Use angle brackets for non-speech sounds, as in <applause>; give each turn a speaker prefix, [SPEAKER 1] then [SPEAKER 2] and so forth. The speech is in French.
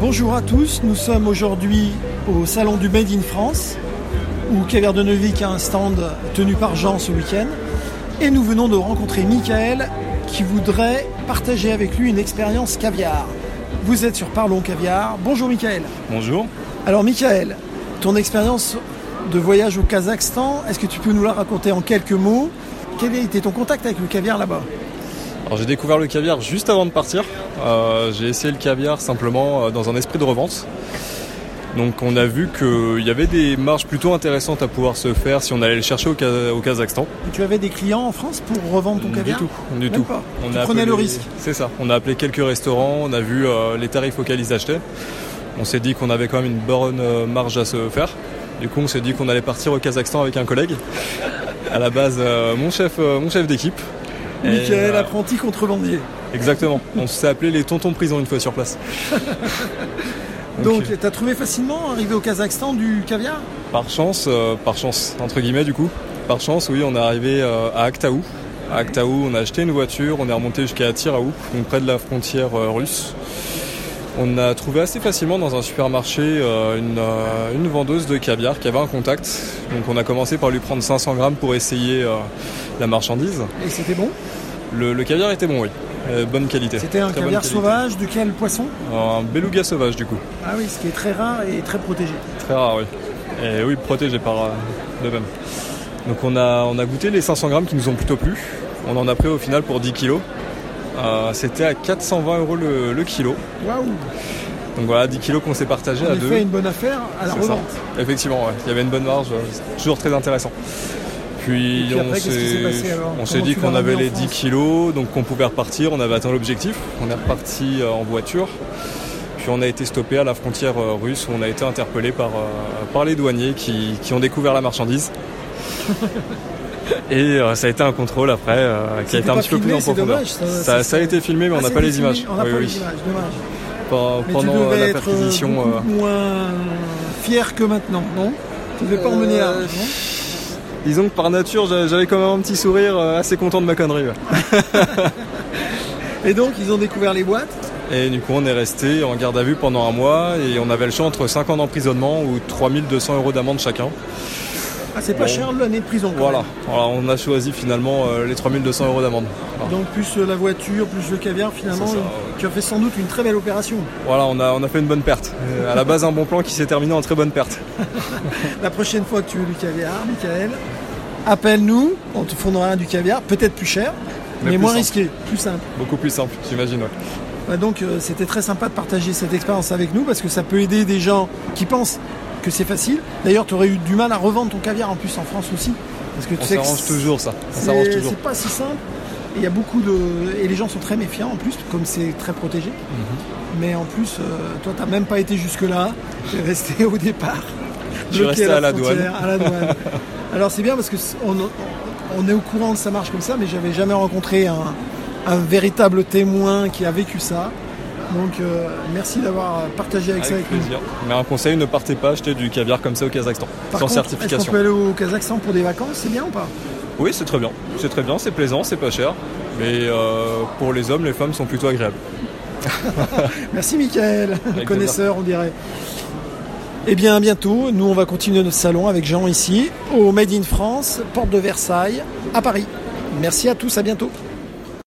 [SPEAKER 1] Bonjour à tous, nous sommes aujourd'hui au salon du Made in France, où Keller de Neuvik a un stand tenu par Jean ce week-end. Et nous venons de rencontrer Michael qui voudrait partager avec lui une expérience caviar. Vous êtes sur Parlons Caviar. Bonjour Michael.
[SPEAKER 2] Bonjour.
[SPEAKER 1] Alors Michael, ton expérience de voyage au Kazakhstan, est-ce que tu peux nous la raconter en quelques mots Quel a été ton contact avec le caviar là-bas
[SPEAKER 2] Alors j'ai découvert le caviar juste avant de partir. Euh, j'ai essayé le caviar simplement euh, dans un esprit de revente. Donc on a vu qu'il y avait des marges plutôt intéressantes à pouvoir se faire si on allait le chercher au, Ka- au Kazakhstan.
[SPEAKER 1] Tu avais des clients en France pour revendre ton
[SPEAKER 2] Euh, du
[SPEAKER 1] caviar
[SPEAKER 2] tout, du
[SPEAKER 1] Même
[SPEAKER 2] tout.
[SPEAKER 1] pas.
[SPEAKER 2] On
[SPEAKER 1] Tu
[SPEAKER 2] a
[SPEAKER 1] prenais le
[SPEAKER 2] appelé-
[SPEAKER 1] risque.
[SPEAKER 2] C'est ça. On a appelé quelques restaurants, on a vu euh, les tarifs auxquels ils achetaient. On s'est dit qu'on avait quand même une bonne euh, marge à se faire. Du coup, on s'est dit qu'on allait partir au Kazakhstan avec un collègue. À la base, euh, mon chef, euh, mon chef d'équipe. Et,
[SPEAKER 1] Michael,
[SPEAKER 2] euh,
[SPEAKER 1] apprenti contrebandier.
[SPEAKER 2] Exactement. On s'est appelé les tontons prison une fois sur place.
[SPEAKER 1] Donc,
[SPEAKER 2] euh,
[SPEAKER 1] tu as trouvé facilement, arrivé au Kazakhstan, du caviar
[SPEAKER 2] par chance, euh, par chance entre guillemets du coup, par chance oui, on est arrivé euh, à Aktaou. À Aktaou, on a acheté une voiture, on est remonté jusqu'à Tiraou, donc près de la frontière euh, russe. On a trouvé assez facilement dans un supermarché euh, une, euh, une vendeuse de caviar qui avait un contact. Donc on a commencé par lui prendre 500 grammes pour essayer euh, la marchandise.
[SPEAKER 1] Et c'était bon
[SPEAKER 2] Le, le caviar était bon, oui. Euh, bonne qualité.
[SPEAKER 1] C'était un
[SPEAKER 2] Très bonne
[SPEAKER 1] caviar
[SPEAKER 2] qualité.
[SPEAKER 1] sauvage, de quel poisson
[SPEAKER 2] Un beluga sauvage du coup.
[SPEAKER 1] Ah oui, ce qui est très rare et très protégé.
[SPEAKER 2] Très rare, oui. Et Ah, Eh oui, protégé par euh, le même. Donc on a, on a goûté les 500 grammes qui nous ont plutôt plu. On en a pris au final pour 10 kilos. Euh, C'était à 420 euros le, le kilo.
[SPEAKER 1] Waouh
[SPEAKER 2] Donc voilà, 10 kilos qu'on s'est partagé
[SPEAKER 1] On
[SPEAKER 2] à
[SPEAKER 1] a
[SPEAKER 2] deux.
[SPEAKER 1] fait une bonne affaire à la
[SPEAKER 2] C'est ça.
[SPEAKER 1] revente.
[SPEAKER 2] Effectivement, ouais. il y avait une bonne marge. euh, c'est toujours très intéressant. Puis,
[SPEAKER 1] Et puis
[SPEAKER 2] on
[SPEAKER 1] après, qu'est-ce qui s'est passé
[SPEAKER 2] s'est-
[SPEAKER 1] alors
[SPEAKER 2] on s'est
[SPEAKER 1] Comment
[SPEAKER 2] dit
[SPEAKER 1] tu
[SPEAKER 2] qu'on
[SPEAKER 1] l'as
[SPEAKER 2] avait
[SPEAKER 1] ramené
[SPEAKER 2] les
[SPEAKER 1] en
[SPEAKER 2] 10
[SPEAKER 1] France
[SPEAKER 2] kilos, donc qu'on pouvait repartir. On avait atteint l'objectif. On est reparti euh, en voiture. Puis on a été stoppé à la frontière euh, russe où on a été interpellé par, euh, par les douaniers qui, qui ont découvert
[SPEAKER 1] <laughs>
[SPEAKER 2] la marchandise. Et euh, ça a été un contrôle après euh, qui
[SPEAKER 1] C'était
[SPEAKER 2] a été un
[SPEAKER 1] pas
[SPEAKER 2] petit peu plus
[SPEAKER 1] filmé,
[SPEAKER 2] en
[SPEAKER 1] c'est
[SPEAKER 2] profondeur.
[SPEAKER 1] dommage, ça-
[SPEAKER 2] ça,
[SPEAKER 1] ça-
[SPEAKER 2] ça a été filmé, mais on
[SPEAKER 1] Ah,
[SPEAKER 2] n'a
[SPEAKER 1] c'est
[SPEAKER 2] pas les
[SPEAKER 1] filmé,
[SPEAKER 2] images.
[SPEAKER 1] On n'a
[SPEAKER 2] Oui,
[SPEAKER 1] pas
[SPEAKER 2] oui.
[SPEAKER 1] les images, dommage.
[SPEAKER 2] Pen-
[SPEAKER 1] Mais tu
[SPEAKER 2] Pendant euh,
[SPEAKER 1] devais
[SPEAKER 2] la
[SPEAKER 1] être euh,
[SPEAKER 2] perquisition. euh,
[SPEAKER 1] beaucoup moins fier que maintenant, non Tu devais pas emmener là,
[SPEAKER 2] Euh,
[SPEAKER 1] non
[SPEAKER 2] Disons que par nature, j'a- j'avais quand même un petit sourire euh, assez content de ma connerie. ouais.
[SPEAKER 1] Et donc, ils ont découvert les boîtes.
[SPEAKER 2] Et du coup, on est resté en garde à vue pendant un mois et on avait le choix entre 5 ans d'emprisonnement ou 3200 euros d'amende chacun.
[SPEAKER 1] Ah, c'est pas
[SPEAKER 2] Bon.
[SPEAKER 1] cher l'année de prison. quand
[SPEAKER 2] Voilà,
[SPEAKER 1] même.
[SPEAKER 2] Voilà, on a choisi finalement euh, les 3200 euros d'amende. Voilà.
[SPEAKER 1] Donc, plus euh, la voiture, plus le caviar, finalement,
[SPEAKER 2] C'est ça, ouais.
[SPEAKER 1] tu as fait sans doute une très belle opération.
[SPEAKER 2] Voilà, on a, on a fait une bonne perte. Euh, à la base, un bon plan qui s'est terminé en très bonne perte.
[SPEAKER 1] La prochaine fois que tu veux du caviar, Michael, appelle-nous, on te fournira du caviar, peut-être plus cher, mais,
[SPEAKER 2] Mais plus
[SPEAKER 1] moins
[SPEAKER 2] simple.
[SPEAKER 1] risqué, plus simple.
[SPEAKER 2] Beaucoup plus simple, j'imagine. ouais.
[SPEAKER 1] Bah donc euh, c'était très sympa de partager cette expérience avec nous parce que ça peut aider des gens qui pensent que c'est facile. D'ailleurs, tu aurais eu du mal à revendre ton caviar en plus en France aussi. Parce que tu
[SPEAKER 2] On
[SPEAKER 1] sais que
[SPEAKER 2] s'arrange
[SPEAKER 1] c'est-
[SPEAKER 2] toujours, ça. On s'arrange
[SPEAKER 1] c'est
[SPEAKER 2] toujours.
[SPEAKER 1] c'est pas si simple. Et Il y a beaucoup de. Et les gens sont très méfiants en plus, comme c'est très protégé.
[SPEAKER 2] Mhm.
[SPEAKER 1] Mais en plus, euh, toi, t'as même pas été jusque-là. T'es resté au départ.
[SPEAKER 2] Je suis
[SPEAKER 1] bloqué
[SPEAKER 2] resté à la douane.
[SPEAKER 1] frontière, à la
[SPEAKER 2] <laughs>
[SPEAKER 1] douane. Alors c'est bien parce que c- on, on est au courant que ça marche comme ça, mais j'avais jamais rencontré un, un véritable témoin qui a vécu ça. Donc euh, merci d'avoir partagé avec, ça
[SPEAKER 2] Avec
[SPEAKER 1] avec nous.
[SPEAKER 2] plaisir. Mais un conseil, ne partez pas acheter du caviar comme ça au Kazakhstan,
[SPEAKER 1] Par
[SPEAKER 2] sans
[SPEAKER 1] contre, Est-ce qu'on
[SPEAKER 2] certification.
[SPEAKER 1] peut aller au Kazakhstan pour des vacances C'est bien ou pas
[SPEAKER 2] Oui, c'est très bien. C'est très bien, c'est plaisant, c'est pas cher. Mais euh, pour les hommes, les femmes sont plutôt agréables.
[SPEAKER 1] Merci Michael,
[SPEAKER 2] plaisir.
[SPEAKER 1] connaisseur on dirait. Eh bien à bientôt, nous on va continuer notre salon avec Jean ici, au Made in France, porte de Versailles, à Paris. Merci à tous, à bientôt.